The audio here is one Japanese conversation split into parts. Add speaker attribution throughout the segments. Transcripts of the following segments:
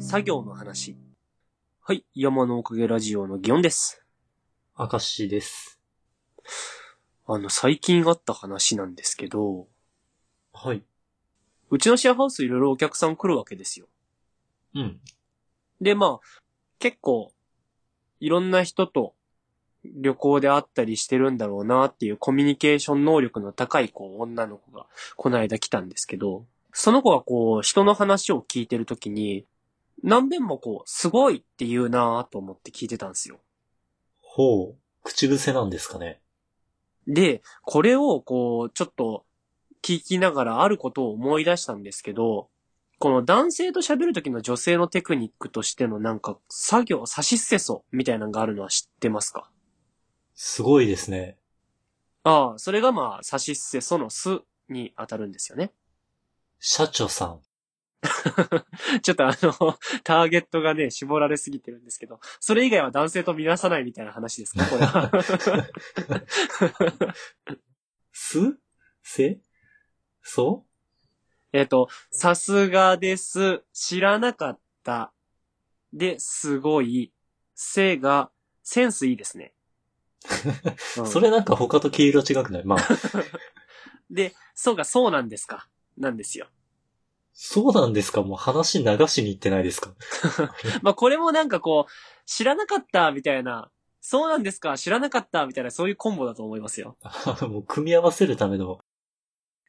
Speaker 1: 作業の話。はい、山のおかげラジオのギオンです。
Speaker 2: 明石です。
Speaker 1: あの、最近あった話なんですけど、
Speaker 2: はい。
Speaker 1: うちのシェアハウスいろいろお客さん来るわけですよ。
Speaker 2: うん。
Speaker 1: で、まあ、結構、いろんな人と旅行で会ったりしてるんだろうなっていうコミュニケーション能力の高いこう女の子がこの間来たんですけど、その子がこう人の話を聞いてるときに、何遍もこう、すごいって言うなと思って聞いてたんですよ。
Speaker 2: ほう。口癖なんですかね。
Speaker 1: で、これをこう、ちょっと聞きながらあることを思い出したんですけど、この男性と喋る時の女性のテクニックとしてのなんか作業、差し捨てそみたいなのがあるのは知ってますか
Speaker 2: すごいですね。
Speaker 1: ああ、それがまあ、差し捨てそのすに当たるんですよね。
Speaker 2: 社長さん。
Speaker 1: ちょっとあの、ターゲットがね、絞られすぎてるんですけど、それ以外は男性と見なさないみたいな話ですかこれは。
Speaker 2: すせそ
Speaker 1: えっと、さすがです。知らなかった。で、すごい。せが、センスいいです ね。う
Speaker 2: う、
Speaker 1: ん
Speaker 2: それなんか他と毛色違くないまあ、
Speaker 1: で、そうか、そうなんですか。なんですよ。
Speaker 2: そうなんですかもう話流しに行ってないですか
Speaker 1: まあ、これもなんかこう、知らなかった、みたいな、そうなんですか、知らなかった、みたいな、そういうコンボだと思いますよ。
Speaker 2: もう組み合わせるための、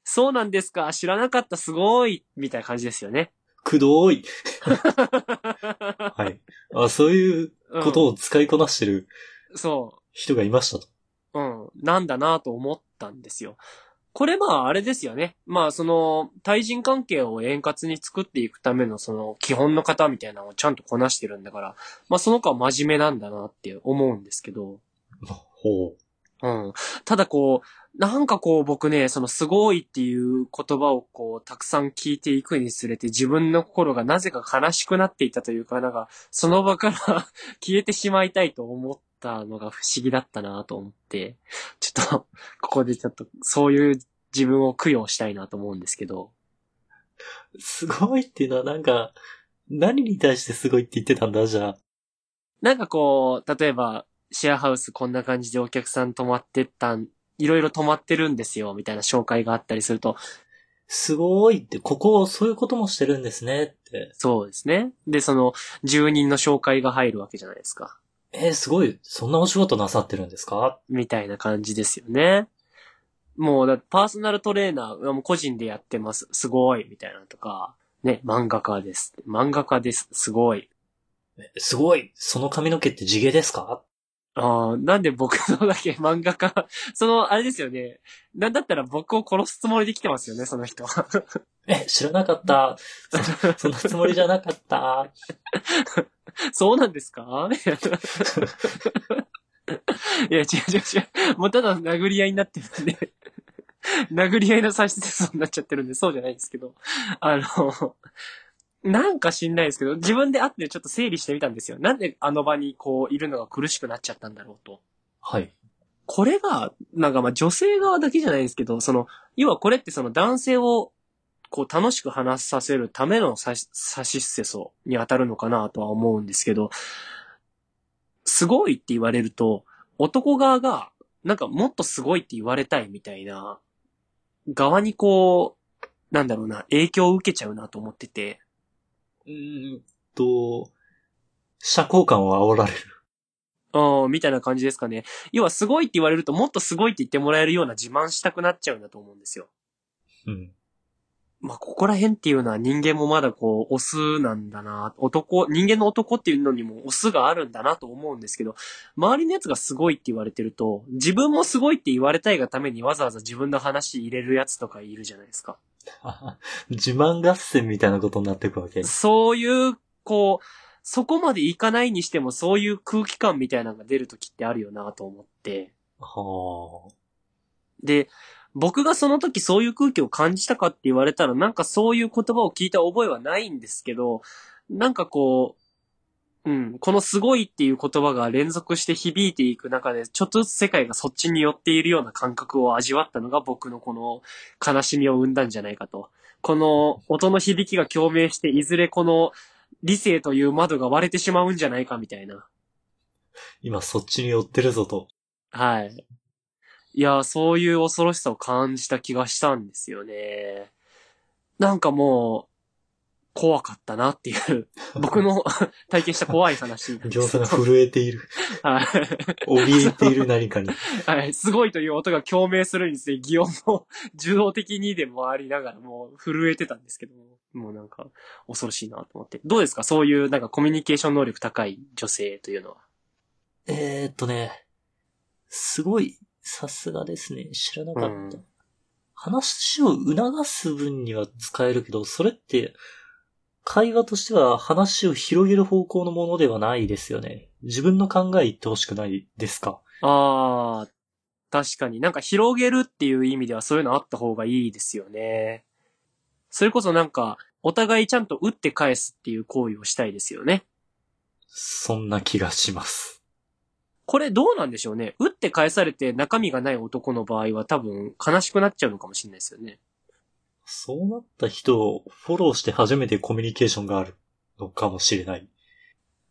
Speaker 1: そうなんですか、知らなかった、すごい、みたいな感じですよね。
Speaker 2: くどーい。はい。あ、そういう
Speaker 1: うん
Speaker 2: ことを使いこなしてる
Speaker 1: そう。
Speaker 2: 人がいましたと。
Speaker 1: うん、なんだなと思ったんですよ。これまああれですよね。まあその対人関係を円滑に作っていくためのその基本の型みたいなのをちゃんとこなしてるんだから、まあその子は真面目なんだなって思うんですけど、
Speaker 2: ほう。
Speaker 1: うん。ただこう、なんかこう僕ね、そのすごいっていう言葉をこうたくさん聞いていくにつれて自分の心がなぜか悲しくなっていたというか、なんかその場から 消えてしまいたいと思ったのが不思議だったなと思って、 ちょっとここでちょっとそういう自分を供養したいなと思うんですけど、
Speaker 2: すごいっていうのはなんか、何に対してすごいって言ってたんだじゃあ。
Speaker 1: なんかこう、例えばシェアハウスこんな感じでお客さん泊まってったん、いろいろ泊まってるんですよみたいな紹介があったりすると、
Speaker 2: すごいって、ここ、そういうこともしてるんですねって。
Speaker 1: そうですね。で、その、住人の紹介が入るわけじゃないですか。
Speaker 2: えーすごい、そんなお仕事なさってるんですか
Speaker 1: みたいな感じですよね。もう、だってパーソナルトレーナー、もう個人でやってます。すごい。みたいなのとか、ね、漫画家です。漫画家です。すごい。
Speaker 2: えすごい、その髪の毛って地毛ですか
Speaker 1: ああ、なんで僕のだけ 漫画家、その、あれですよね。なんだったら僕を殺すつもりで来てますよね、その人は。
Speaker 2: え、知らなかった。そそんなつもりじゃなかった。
Speaker 1: そうなんですかいや、違う違う違う。もうただ殴り合いになってるんで。 殴り合いの差し出そうになっちゃってるんで、そうじゃないんですけど。あの、なんか知んないですけど、自分で会ってちょっと整理してみたんですよ。なんであの場にこう、いるのが苦しくなっちゃったんだろうと。
Speaker 2: はい。
Speaker 1: これが、なんかまあ女性側だけじゃないですけど、その、要はこれってその男性を、こう楽しく話させるための差し、差し捨てそうに当たるのかなとは思うんですけど、すごいって言われると、男側が、なんかもっとすごいって言われたいみたいな、側にこう、なんだろうな、影響を受けちゃうなと思ってて、
Speaker 2: うーんと、社交感を煽られる。
Speaker 1: うん、みたいな感じですかね。要はすごいって言われるともっとすごいって言ってもらえるような自慢したくなっちゃうんだと思うんですよ。
Speaker 2: うん。
Speaker 1: まあ、ここら辺っていうのは人間もまだこう、オスなんだな、男、人間の男っていうのにもオスがあるんだなと思うんですけど、周りのやつがすごいって言われてると、自分もすごいって言われたいがためにわざわざ自分の話入れるやつとかいるじゃないですか。
Speaker 2: 自慢合戦みたいなことになってくわけ。
Speaker 1: そういう、こう、そこまでいかないにしてもそういう空気感みたいなのが出るときってあるよなと思って。
Speaker 2: はあ。
Speaker 1: で、僕がその時そういう空気を感じたかって言われたら、なんかそういう言葉を聞いた覚えはないんですけど、なんかこう、うん、このすごいっていう言葉が連続して響いていく中で、ちょっとずつ世界がそっちに寄っているような感覚を味わったのが僕のこの悲しみを生んだんじゃないかと。この音の響きが共鳴して、いずれこの理性という窓が割れてしまうんじゃないかみたいな。
Speaker 2: 今そっちに寄ってるぞと。
Speaker 1: はい。いやー、そういう恐ろしさを感じた気がしたんですよね。なんかもう、怖かったなっていう、僕の 体験した怖い話なんで
Speaker 2: 餃
Speaker 1: すけ
Speaker 2: 子
Speaker 1: ど
Speaker 2: が震えている。
Speaker 1: はい。
Speaker 2: 怯えている何かに。
Speaker 1: はい、すごいという音が共鳴するにつれ、擬音も受動的にでもありながら、もう震えてたんですけども、もうなんか、恐ろしいなと思って。どうですかそういう、なんかコミュニケーション能力高い女性というのは。
Speaker 2: えー、っとね、すごい、さすがですね。知らなかった。
Speaker 1: うん
Speaker 2: 話を促す分には使えるけど、それって、会話としては話を広げる方向のものではないですよね。自分の考え言ってほしくないですか
Speaker 1: あー、確かになんか広げるっていう意味ではそういうのあった方がいいですよね。それこそなんか、お互いちゃんと打って返すっていう行為をしたいですよね。
Speaker 2: そんな気がします。
Speaker 1: これどうなんでしょうね打って返されて中身がない男の場合は多分悲しくなっちゃうのかもしれないですよね。
Speaker 2: そうなった人をフォローして初めてコミュニケーションがあるのかもしれない。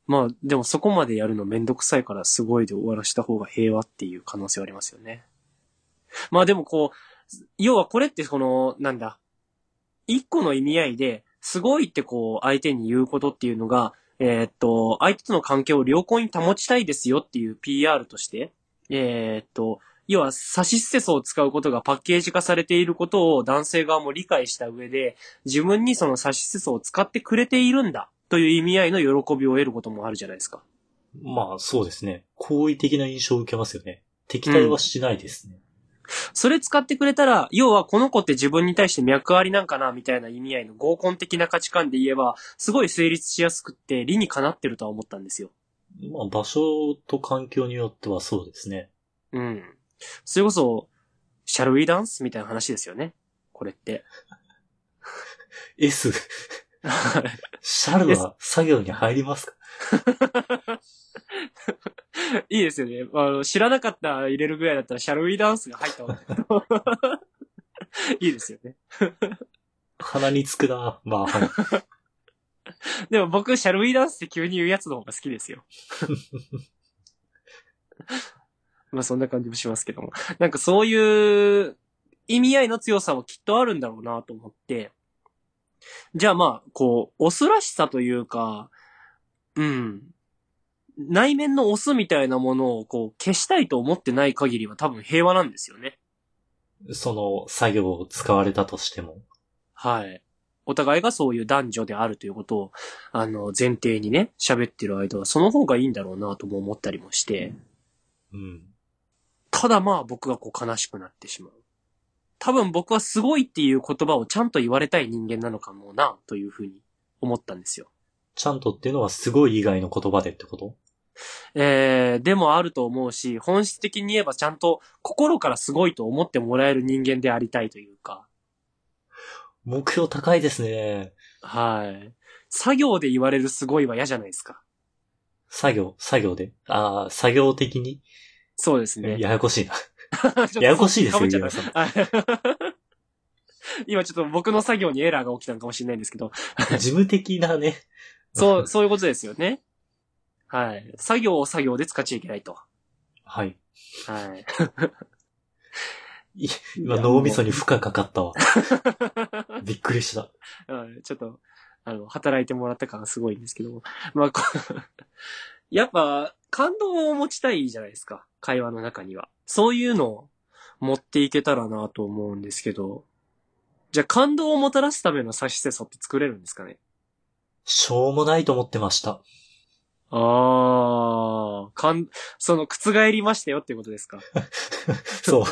Speaker 1: まあ、でもそこまでやるのめんどくさいからすごいで終わらした方が平和っていう可能性はありますよね。まあでもこう、要はこれってこの、なんだ、一個の意味合いで、すごいってこう、相手に言うことっていうのが、えーっと、相手との関係を良好に保ちたいですよっていう PR として、えーっと、要は、差し捨て層を使うことがパッケージ化されていることを男性側も理解した上で、自分にその差し捨て層を使ってくれているんだという意味合いの喜びを得ることもあるじゃないですか。
Speaker 2: まあそうですね。好意的な印象を受けますよね。敵対はしないですね。
Speaker 1: それ使ってくれたら、要はこの子って自分に対して脈ありなんかなみたいな意味合いの合コン的な価値観で言えば、すごい成立しやすくって理にかなってるとは思ったんですよ。
Speaker 2: まあ場所と環境によってはそうですね。
Speaker 1: うん。それこそ、シャルウィダンスみたいな話ですよね。これって。
Speaker 2: S、シャルは作業に入りますか
Speaker 1: いいですよね。あの、知らなかった入れるぐらいだったら、シャルウィダンスが入ったわけ。 いいですよね。
Speaker 2: 鼻につくな。まあ、はい。
Speaker 1: でも僕、シャルウィダンスって急に言うやつの方が好きですよ。まあそんな感じもしますけども。なんかそういう意味合いの強さはきっとあるんだろうなと思って。じゃあまあ、こう、オスらしさというか、うん。内面のオスみたいなものをこう消したいと思ってない限りは多分平和なんですよね。
Speaker 2: その作業を使われたとしても。
Speaker 1: はい。お互いがそういう男女であるということを、あの、前提にね、喋ってる間は、その方がいいんだろうなとも思ったりもして、
Speaker 2: うん。
Speaker 1: ただまあ僕がこう悲しくなってしまう。多分僕はすごいっていう言葉をちゃんと言われたい人間なのかもな、というふうに思ったんですよ。
Speaker 2: ちゃんとっていうのはすごい以外の言葉でってこと
Speaker 1: えー、でもあると思うし、本質的に言えばちゃんと心からすごいと思ってもらえる人間でありたいというか、
Speaker 2: 目標高いですね。
Speaker 1: はい。作業で言われるすごいは嫌じゃないですか。
Speaker 2: 作業、作業で。ああ、作業的に。
Speaker 1: そうですね。
Speaker 2: ややこしいな。
Speaker 1: ちょっと
Speaker 2: ややこしいです
Speaker 1: かぶ
Speaker 2: よ、
Speaker 1: っちゃ
Speaker 2: ゆ
Speaker 1: った
Speaker 2: うさん。
Speaker 1: はい 今ちょっと僕の作業にエラーが起きたのかもしれないんですけど、
Speaker 2: 事務的なね。
Speaker 1: そう、そういうことですよね。はい。作業を作業で使っちゃいけないと。
Speaker 2: はい。
Speaker 1: はい。
Speaker 2: い今、脳みそに負荷かかったわ。びっくりした。
Speaker 1: うんちょっと、あの、働いてもらった感がすごいんですけども。まあ、こう やっぱ、感動を持ちたいじゃないですか。会話の中には。そういうのを持っていけたらなと思うんですけど。じゃあ、感動をもたらすための差し捨て素って作れるんですかね
Speaker 2: しょうもないと思ってました。
Speaker 1: ああ、かん、その、覆りましたよっていうことですか。
Speaker 2: そう。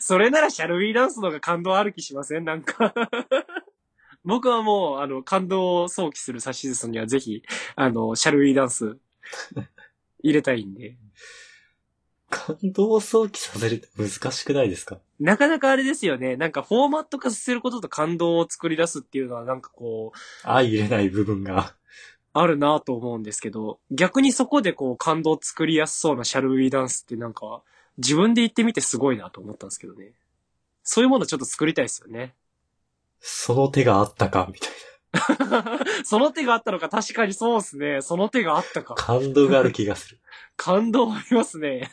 Speaker 1: それならシャルウィーダンスの方が感動歩きしませんなんか。 僕はもう、あの、感動を想起するサシズスにはぜひ、あの、シャルウィーダンス、入れたいんで。
Speaker 2: 感動を想起させるって難しくないですか
Speaker 1: なかなかあれですよね。なんかフォーマット化させることと感動を作り出すっていうのはなんかこう、
Speaker 2: 相入れない部分が。
Speaker 1: あるなと思うんですけど、逆にそこでこう感動を作りやすそうなシャルウィーダンスってなんか、自分で言ってみてすごいなと思ったんですけどね。そういうものちょっと作りたいですよね。
Speaker 2: その手があったか、みたい
Speaker 1: その手があったのか、確かにそうですね。その手があったか。
Speaker 2: 感動がある気がする。
Speaker 1: 感動ありますね。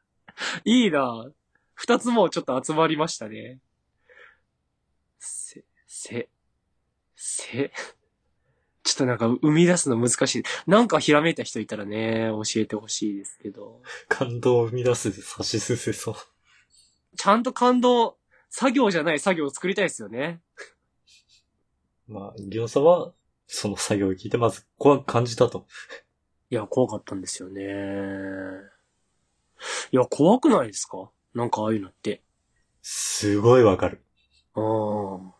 Speaker 1: いいな二つもうちょっと集まりましたね。せ、せ、せ。ちょっとなんか生み出すの難しい。なんかひらめいた人いたらね、教えてほしいですけど。
Speaker 2: 感動を生み出す差しすせそう。
Speaker 1: ちゃんと感動、作業じゃない作業を作りたいですよね。
Speaker 2: まあ、ギョンさんは、その作業を聞いてまず怖く感じたと。
Speaker 1: いや、怖かったんですよね。いや、怖くないですかなんかああいうのって。
Speaker 2: すごいわかる。
Speaker 1: うん。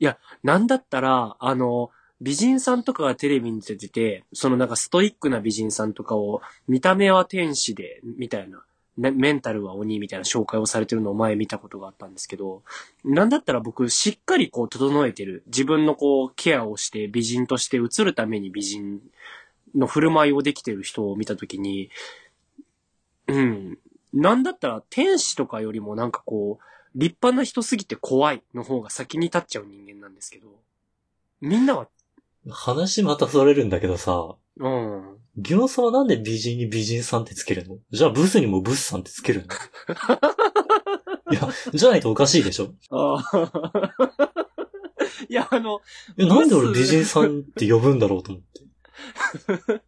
Speaker 1: いや、なんだったら、あの、美人さんとかがテレビに出てて、そのなんかストイックな美人さんとかを、見た目は天使で、みたいな、ねメンタルは鬼みたいな紹介をされてるのを前見たことがあったんですけど、なんだったら僕、しっかりこう、整えてる。自分のこう、ケアをして、美人として映るために美人の振る舞いをできてる人を見たときに、うん。なんだったら、天使とかよりもなんかこう、立派な人すぎて怖いの方が先に立っちゃう人間なんですけど、みんなは、
Speaker 2: 話またそれるんだけどさ、
Speaker 1: うん。
Speaker 2: ギョンさんはなんで美人に美人さんってつけるのじゃあブスにもブスさんってつけるのいや、じゃないとおかしいでしょ
Speaker 1: ああ。 いや、あの、
Speaker 2: えなんで俺美人さんって呼ぶんだろうと思って。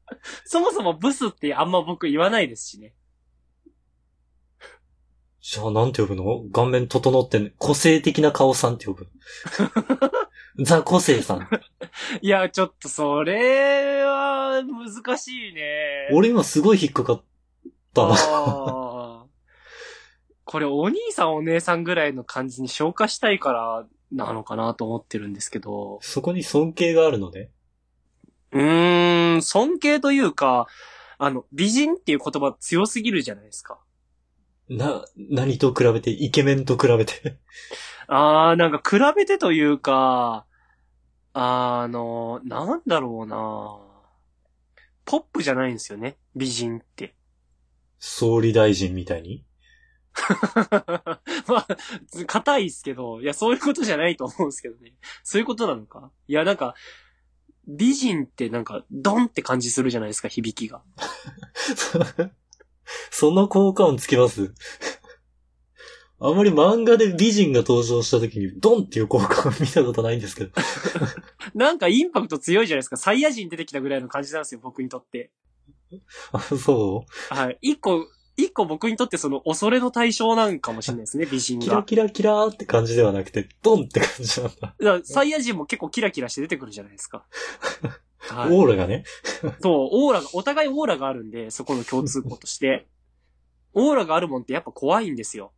Speaker 1: そもそもブスってあんま僕言わないですしね。
Speaker 2: じゃあなんて呼ぶの顔面整ってん、個性的な顔さんって呼ぶ。 ザ個性さん。
Speaker 1: いや、ちょっとそれは難しいね。
Speaker 2: 俺今すごい引っかかったな。
Speaker 1: あーこれお兄さんお姉さんぐらいの感じに消化したいからなのかなと思ってるんですけど。
Speaker 2: そこに尊敬があるのね。
Speaker 1: うーん、尊敬というか、あの、美人っていう言葉強すぎるじゃないですか。
Speaker 2: な、何と比べて、イケメンと比べて。
Speaker 1: あー、なんか比べてというか、あの、なんだろうなポップじゃないんですよね、美人って。
Speaker 2: 総理大臣みたいに。
Speaker 1: まあ、硬いですけど、いや、そういうことじゃないと思うんですけどね。そういうことなのかいや、なんか、美人ってなんか、ドンって感じするじゃないですか、響きが。
Speaker 2: その効果音つきます。あんまり漫画で美人が登場した時にドンっていう効果音見たことないんですけど。
Speaker 1: なんかインパクト強いじゃないですか。サイヤ人出てきたぐらいの感じなんですよ、僕にとって。
Speaker 2: あ、そ
Speaker 1: はい。一個、一個僕にとってその恐れの対象なんかもしれないですね、美人
Speaker 2: うキラ
Speaker 1: が。
Speaker 2: キラキラーって感じではなくて、ドンって感じなんだ。
Speaker 1: だからサイヤ人も結構キラキラして出てくるじゃないです か。はい。
Speaker 2: オーラがね。
Speaker 1: そう、オーラが、お互いオーラがあるんで、そこの共通項と して。オーラがあるもんってやっぱ怖いんですよ。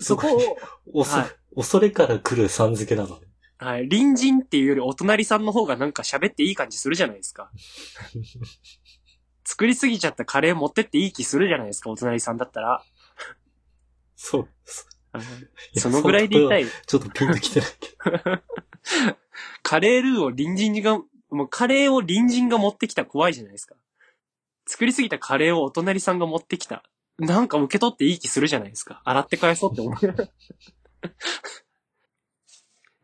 Speaker 1: そこを、
Speaker 2: 恐れ、
Speaker 1: は
Speaker 2: 恐れから来るさん付けなのね。
Speaker 1: はい、隣人っていうよりお隣さんの方がなんか喋っていい感じするじゃないですか。 作りすぎちゃったカレー持ってっていい気するじゃないですか、お隣さんだったら。
Speaker 2: そう。そ いや
Speaker 1: そのぐらいで
Speaker 2: そんな
Speaker 1: 痛い。
Speaker 2: ちょっとピンときてないけど。
Speaker 1: カレールーを隣人が、もうカレーを隣人が持ってきた怖いじゃないですか。作りすぎたカレーをお隣さんが持ってきた。なんか受け取っていい気するじゃないですか。洗って返そうって思う。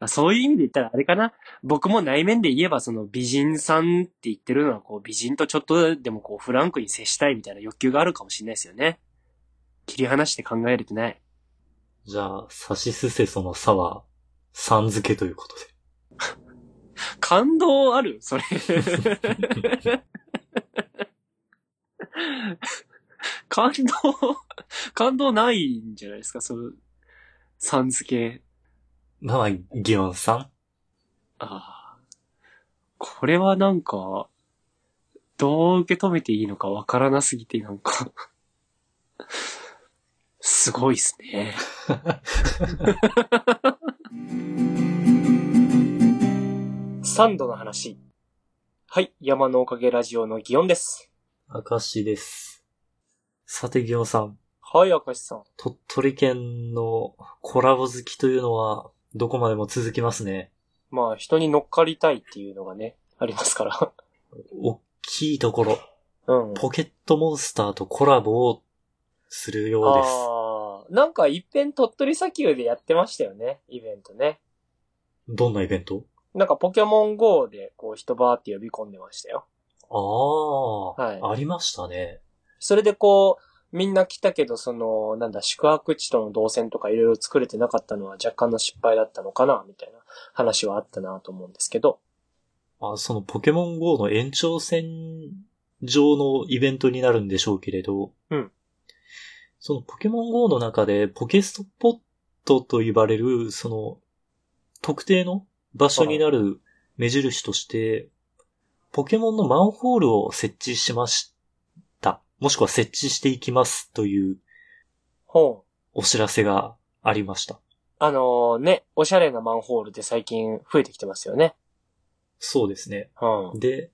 Speaker 1: まあそういう意味で言ったらあれかな。僕も内面で言えばその美人さんって言ってるのはこう美人とちょっとでもこうフランクに接したいみたいな欲求があるかもしれないですよね。切り離して考えれてない。
Speaker 2: じゃあ、差しすせその差は、さん付けということで。
Speaker 1: 感動あるそれ。 感動、 感動ないんじゃないですかその、さん付け。
Speaker 2: まあ、ギオンさん。
Speaker 1: ああ。これはなんか、どう受け止めていいのかわからなすぎて、なんか、すごいですね。 サンドの話。はい、山のおかげラジオの祇園です。
Speaker 2: 明石です。さて、ギオンさん。
Speaker 1: はい、明石さん。
Speaker 2: 鳥取県のコラボ好きというのは、どこまでも続きますね。
Speaker 1: まあ、人に乗っかりたいっていうのがね、ありますから。
Speaker 2: 大きいところ、
Speaker 1: うん。
Speaker 2: ポケットモンスターとコラボをするようです。
Speaker 1: ああ、なんか一遍鳥取砂丘でやってましたよね、イベントね。
Speaker 2: どんなイベント
Speaker 1: なんかポケモン GO でこう人バーって呼び込んでましたよ。
Speaker 2: ああ、
Speaker 1: は
Speaker 2: ありましたね。
Speaker 1: それでこう、みんな来たけど、その、なんだ、宿泊地との動線とかいろいろ作れてなかったのは若干の失敗だったのかな、みたいな話はあったなと思うんですけど。
Speaker 2: まあ、そのポケモン GO の延長線上のイベントになるんでしょうけれど、
Speaker 1: うん
Speaker 2: そのポケモン GO の中でポケストポットと呼ばれる、その、特定の場所になる目印として、ポケモンのマンホールを設置しました。もしくは設置していきますという
Speaker 1: ほう。
Speaker 2: お知らせがありました。
Speaker 1: あのーね、おしゃれなマンホールで最近増えてきてますよね。
Speaker 2: そうですね。
Speaker 1: うん。
Speaker 2: で、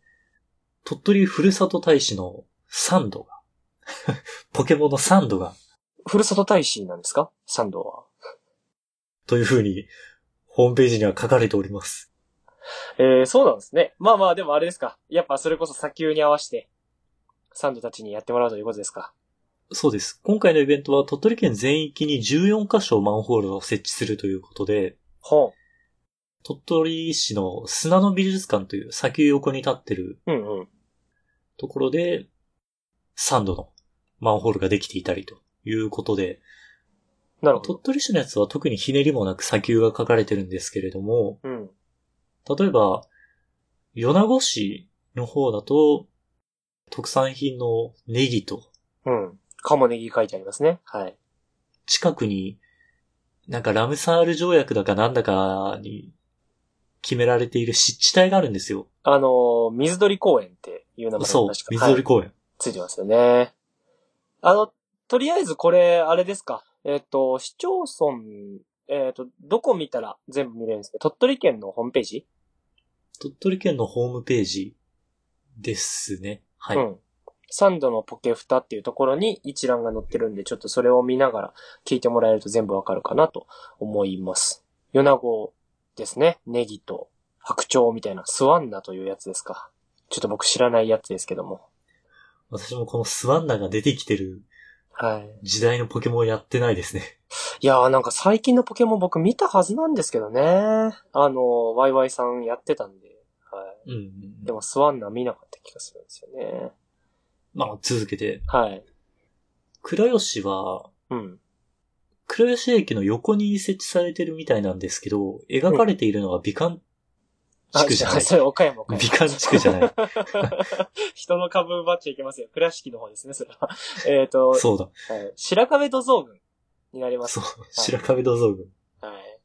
Speaker 2: 鳥取ふるさと大使のサンドが、 ポケモンのサンドが、
Speaker 1: ふるさと大使なんですかサンドは。
Speaker 2: という風に、ホームページには書かれております。
Speaker 1: えー、そうなんですね。まあまあ、でもあれですか。やっぱそれこそ砂丘に合わせて、サンドたちにやってもらうということですか。
Speaker 2: そうです。今回のイベントは鳥取県全域に14カ所マンホールを設置するということで、
Speaker 1: ほ
Speaker 2: 鳥取市の砂の美術館という砂丘横に立ってる
Speaker 1: う。うんうん。
Speaker 2: ところで、サンドのマンホールができていたりということで、
Speaker 1: なるほ
Speaker 2: 鳥
Speaker 1: ど。
Speaker 2: 取市のやつは特にひねりもなく砂丘が書かれてるんですけれども、
Speaker 1: うん。
Speaker 2: 例えば、米子市の方だと、特産品のネギと、
Speaker 1: うん。カモネギ書いてありますね。はい。
Speaker 2: 近くに、なんかラムサール条約だかなんだかに決められている湿地帯があるんですよ。
Speaker 1: あのー、水鳥公園っていう名前が
Speaker 2: そう、
Speaker 1: 確か
Speaker 2: 水鳥公園。
Speaker 1: ついてますよね。あの、とりあえずこれ、あれですか。えっ、と、市町村、えっ、と、どこ見たら全部見れるんですか鳥取県のホームページ
Speaker 2: 鳥取県のホームページですね。はい。
Speaker 1: うん。サンドのポケフタっていうところに一覧が載ってるんで、ちょっとそれを見ながら聞いてもらえると全部わかるかなと思います。米子ですね。ネギと白鳥みたいなスワンナというやつですか。ちょっと僕知らないやつですけども。
Speaker 2: 私もこのスワンナが出てきてる
Speaker 1: はい。
Speaker 2: 時代のポケモンやってないですね。
Speaker 1: いやーなんか最近のポケモン僕見たはずなんですけどね。あの、ワイワイさんやってたんで。は
Speaker 2: うんうん
Speaker 1: い。
Speaker 2: う
Speaker 1: で
Speaker 2: ん。
Speaker 1: もスワンナ見なかった気がするんですよね。
Speaker 2: まあ続けて、
Speaker 1: はい。
Speaker 2: 倉吉は、
Speaker 1: うん。
Speaker 2: 倉吉駅の横に設置されてるみたいなんですけど、描かれているのは美観地区じゃな
Speaker 1: あ
Speaker 2: い。
Speaker 1: それ岡山岡山
Speaker 2: 美観地区じゃない。
Speaker 1: 人の株ばっちゃいけますよ。倉敷の方ですね、 それは。 えっと、
Speaker 2: そうだ。
Speaker 1: はい白壁土蔵群になります。
Speaker 2: そう。白壁土蔵群。
Speaker 1: はい。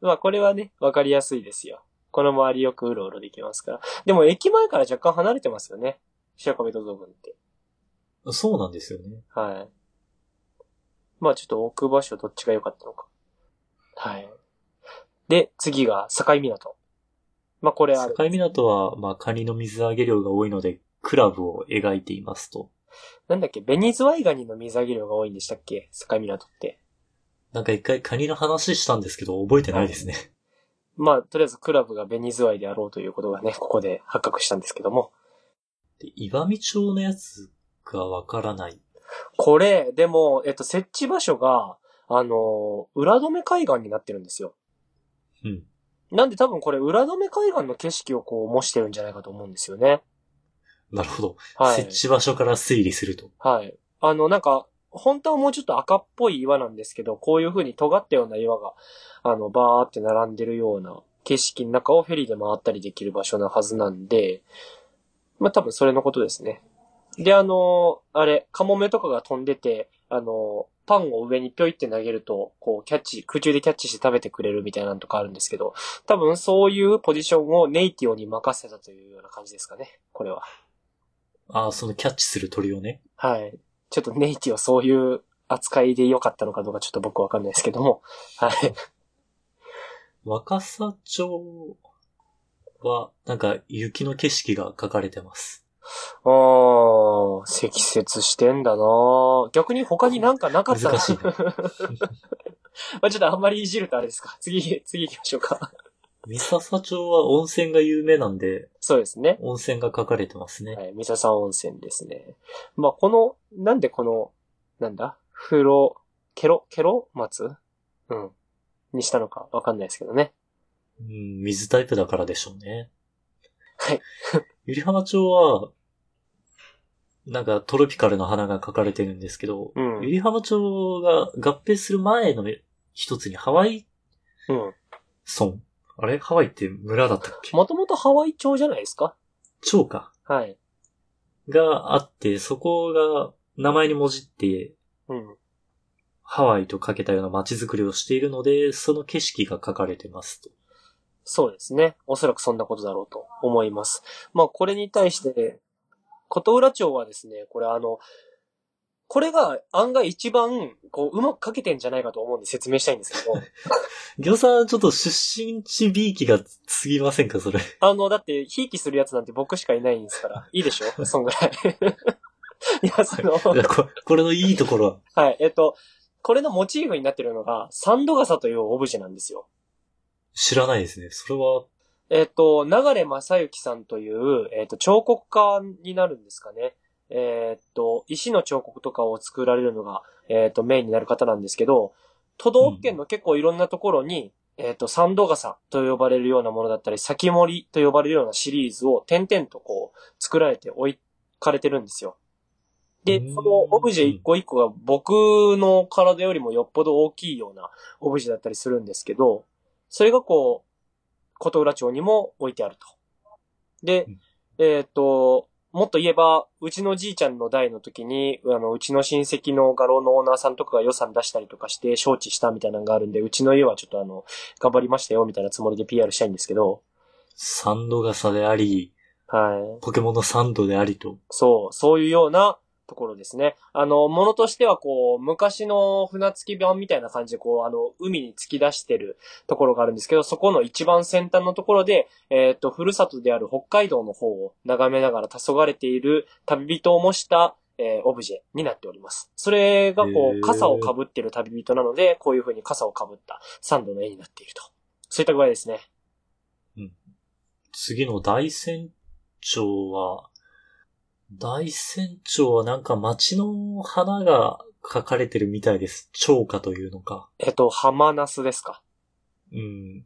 Speaker 1: まあ、これはね、わかりやすいですよ。この周りよくうろうろできますから。でも、駅前から若干離れてますよね。白壁土蔵群って。
Speaker 2: そうなんですよね。
Speaker 1: はい。まあ、ちょっと置く場所どっちが良かったのか。はい。で、次が境港。まあ、これある。
Speaker 2: 境港は、まあ、カニの水揚げ量が多いので、クラブを描いていますと。
Speaker 1: なんだっけ、ベニズワイガニの水揚げ量が多いんでしたっけ境港って。
Speaker 2: なんか一回カニの話したんですけど、覚えてないですね。
Speaker 1: まあ、とりあえずクラブがベニズワイであろうということがね、ここで発覚したんですけども。
Speaker 2: で岩見町のやつがわからない。
Speaker 1: これ、でも、えっと、設置場所が、あのー裏止海岸になってるんですよ。
Speaker 2: うん。
Speaker 1: なんで多分これ、裏止海岸の景色をこう模してるんじゃないかと思うんですよね。
Speaker 2: なるほど。
Speaker 1: はい。
Speaker 2: 設置場所から推理すると。
Speaker 1: はい。あの、なんか、本当はもうちょっと赤っぽい岩なんですけど、こういう風に尖ったような岩が、あの、バーって並んでるような景色の中をフェリーで回ったりできる場所なはずなんで、まあ、多分それのことですね。で、あの、あれ、カモメとかが飛んでて、あの、パンを上にぴょいって投げると、こう、キャッチ、空中でキャッチして食べてくれるみたいなのとかあるんですけど、多分そういうポジションをネイティオに任せたというような感じですかね、これは。
Speaker 2: ああ、そのキャッチする鳥をね。
Speaker 1: はい。ちょっとネイティをそういう扱いで良かったのかどうかちょっと僕わかんないですけども。はい。
Speaker 2: 若狭町は、なんか雪の景色が描かれてます。
Speaker 1: あー、積雪してんだなぁ逆に他になんかなかった
Speaker 2: 難しいね
Speaker 1: まあちょっとあんまりいじるとあれですか。次、次行きましょうか。
Speaker 2: 三笹町は温泉が有名なんで、
Speaker 1: そうですね。
Speaker 2: 温泉が書かれてますね。
Speaker 1: はい。三笹温泉ですね。まあこの、なんでこの、なんだ風呂、ケロ、ケロ松うん。にしたのかわかんないですけどね。
Speaker 2: うん、水タイプだからでしょうね。
Speaker 1: はい。
Speaker 2: ゆり花町は、なんかトロピカルの花が描かれてるんですけど、
Speaker 1: うん
Speaker 2: ゆり花町が合併する前の一つにハワイ
Speaker 1: うん。
Speaker 2: 村。あれハワイって村だったっけ
Speaker 1: もともとハワイ町じゃないですか
Speaker 2: 町か。
Speaker 1: はい。
Speaker 2: があって、そこが名前にもじって、
Speaker 1: うん。
Speaker 2: ハワイとかけたような街づくりをしているので、その景色が描かれてますと。
Speaker 1: そうですね。おそらくそんなことだろうと思います。まあ、これに対して、琴浦町はですね、これあの、これが案外一番、こう、うまく書けてんじゃないかと思うんで説明したいんですけど、
Speaker 2: 餃子、ちょっと出身地 B 期が過ぎませんかそれ。
Speaker 1: あの、だって、ひいきするやつなんて僕しかいないんですから、いいでしょそんぐらい。 いや、その、
Speaker 2: いやここれのいいところは。
Speaker 1: はい、えっと、これのモチーフになってるのが、サンド傘というオブジェなんですよ。
Speaker 2: 知らないですね。それは、
Speaker 1: えっと、流正幸さんという、えっと、彫刻家になるんですかね。えっと、石の彫刻とかを作られるのが、えっと、メインになる方なんですけど、都道府県の結構いろんなところに、えっと、サンド傘と呼ばれるようなものだったり、先森と呼ばれるようなシリーズを点々とこう、作られて置かれてるんですよ。で
Speaker 2: う、ーん
Speaker 1: そのオブジェ一個一個が僕の体よりもよっぽど大きいようなオブジェだったりするんですけど、それがこう、琴浦町にも置いてあると。で
Speaker 2: うん、
Speaker 1: えっ、と、もっと言えば、うちのじいちゃんの代の時に、あの、うちの親戚の画廊のオーナーさんとかが予算出したりとかして、招致したみたいなのがあるんで、うちの家はちょっとあの、頑張りましたよ、みたいなつもりで PR したいんですけど、
Speaker 2: サンド傘であり、
Speaker 1: はい。
Speaker 2: ポケモンのサンドでありと。
Speaker 1: そう、そういうようなところですね。あの、ものとしてはこう、昔の船着き版みたいな感じでこう、あの、海に突き出してるところがあるんですけど、そこの一番先端のところで、えっ、と、ふるさとである北海道の方を眺めながら黄昏れている旅人を模した、えーオブジェになっております。それがこ
Speaker 2: へ
Speaker 1: う、
Speaker 2: ー
Speaker 1: 傘を被ってる旅人なので、こういう風に傘を被ったサンドの絵になっていると。そういった具合ですね。
Speaker 2: 次の大船長は、大船長はなんか街の花が描かれてるみたいです。蝶花というのか。
Speaker 1: えっ、と、浜ナスですか。
Speaker 2: うん。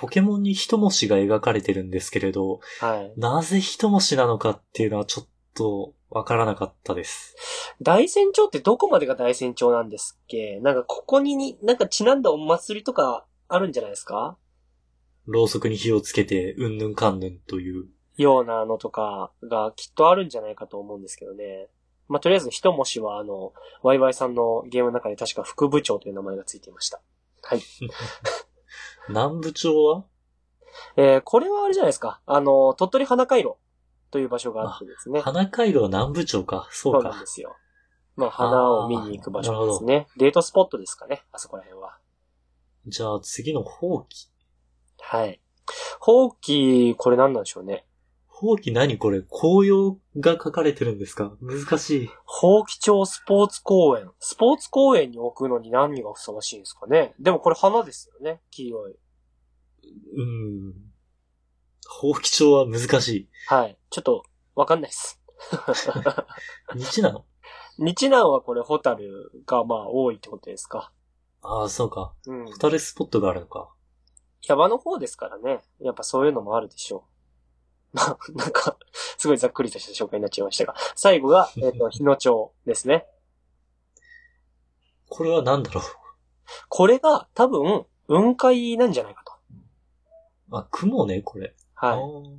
Speaker 2: ポケモンに一文字が描かれてるんですけれど、
Speaker 1: はい。
Speaker 2: なぜ一文字なのかっていうのはちょっとわからなかったです。
Speaker 1: 大山町ってどこまでが大山町なんですっけなんかここにに、なんかちなんだお祭りとかあるんじゃないですか
Speaker 2: ろうそくに火をつけて、うんぬんかんぬんという。
Speaker 1: ようなのとかがきっとあるんじゃないかと思うんですけどね。まあ、とりあえず一文字はあの、ワイワイさんのゲームの中で確か副部長という名前がついていました。
Speaker 2: 南部町は
Speaker 1: えー、これはあれじゃないですか。あの、鳥取花回廊という場所があってですね。
Speaker 2: 花回路は南部町か。そ
Speaker 1: そううなん
Speaker 2: か
Speaker 1: で。すよ。まあ、花を見に行く場所ですね。デートスポットですかね。あそこら辺は。
Speaker 2: じゃあ次の放棄。
Speaker 1: はい。ほうき、これ何なんでしょうね。
Speaker 2: 放棄何これ紅葉が書かれてるんですか難しい。
Speaker 1: ほうき町スポーツ公園。スポーツ公園に置くのに何がふさわしいんですかね。でもこれ花ですよね。黄色い。
Speaker 2: うん。放棄町は難しい。
Speaker 1: はい。ちょっと、わかんないです。
Speaker 2: 日なの
Speaker 1: 日南はこれ、ホタルがまあ多いってことですか。
Speaker 2: ああ、そうか。
Speaker 1: うん
Speaker 2: ホ。タルスポットがあるのか。
Speaker 1: 山の方ですからね。やっぱそういうのもあるでしょう。 まあ、なんか、すごいざっくりとした紹介になっちゃいましたが。最後が、えっ、と、日野町ですね。
Speaker 2: これは何だろう
Speaker 1: これが多分、雲海なんじゃないかと。
Speaker 2: あ、雲ね、これ。
Speaker 1: はい
Speaker 2: あ。ー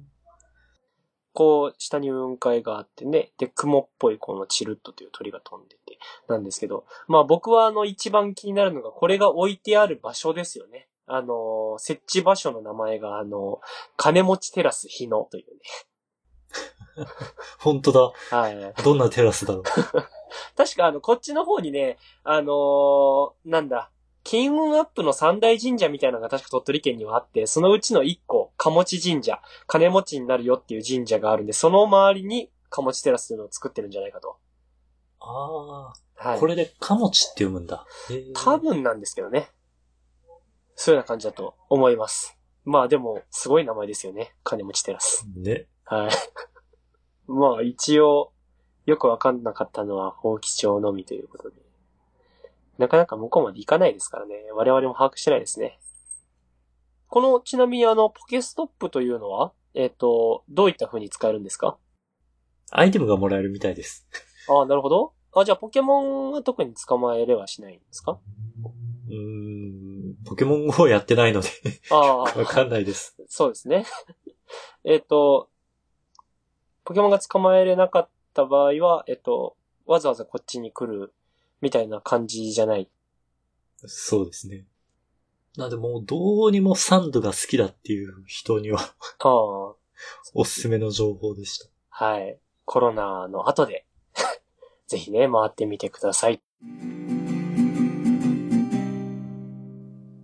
Speaker 1: こう、下に雲海があってね、で、雲っぽいこのチルットという鳥が飛んでて、なんですけど、まあ僕はあの一番気になるのが、これが置いてある場所ですよね。あのー、設置場所の名前が、あのー、金持ちテラス日野というね。
Speaker 2: 本当だ。
Speaker 1: はい。
Speaker 2: どんなテラスだろう。
Speaker 1: 確かあの、こっちの方にね、あのーなんだ、金運アップの三大神社みたいなのが確か鳥取県にはあって、そのうちの一個、鴨持神社、金持ちになるよっていう神社があるんで、その周りに鴨持テラスというのを作ってるんじゃないかと。
Speaker 2: あ
Speaker 1: は
Speaker 2: あ、
Speaker 1: い
Speaker 2: こ。れでカモチって読むんだ。へー
Speaker 1: 多分なんですけどね。そういうような感じだと思います。まあでも、すごい名前ですよね。金持ちテラス。
Speaker 2: ね。
Speaker 1: はい。 まあ一応、よくわかんなかったのは、放棄町のみということで。なかなか向こうまで行かないですからね。我々も把握してないですね。この、ちなみにあの、ポケストップというのは、えっ、と、どういった風に使えるんですか
Speaker 3: アイテムがもらえるみたいです。
Speaker 1: ああ、なるほど。あ、じゃあポケモンは特に捕まえれはしないんですか
Speaker 3: うーん、ポケモン GO やってないので、
Speaker 1: ああ、
Speaker 3: わかんないです。
Speaker 1: そうですね。 えっと、ポケモンが捕まえれなかった場合は、えっと、わざわざこっちに来るみたいな感じじゃない。
Speaker 3: そうですね。なんでもうどうにもサンドが好きだっていう人には
Speaker 1: ああ、
Speaker 3: おすすめの情報でした。
Speaker 1: はい。コロナの後で、 ぜひね、回ってみてください。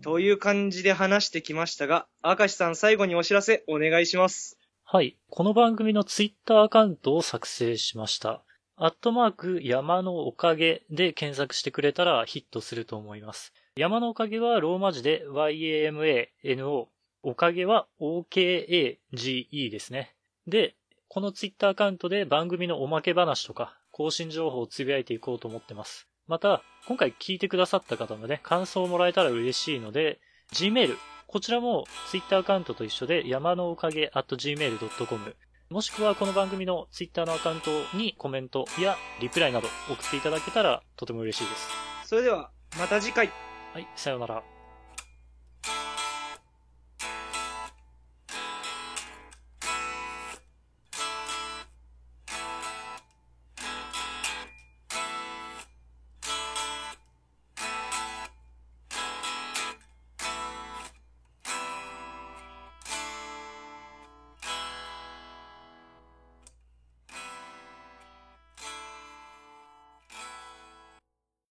Speaker 4: という感じで話してきましたが、明石さん最後にお知らせお願いします。
Speaker 2: はい。この番組のツイッターアカウントを作成しました。アットマーク山のおかげで検索してくれたらヒットすると思います。山のおかげはローマ字で YAMANO。おかげは OKAGE ですね。で、このツイッターアカウントで番組のおまけ話とか更新情報をつぶやいていこうと思ってます。また、今回聞いてくださった方のね、感想をもらえたら嬉しいので、Gmail、こちらも Twitter アカウントと一緒で山のおかげ at gmail.com もしくはこの番組の Twitter のアカウントにコメントやリプライなど送っていただけたらとても嬉しいです。
Speaker 4: それでは、また次回。
Speaker 2: はい、さようなら。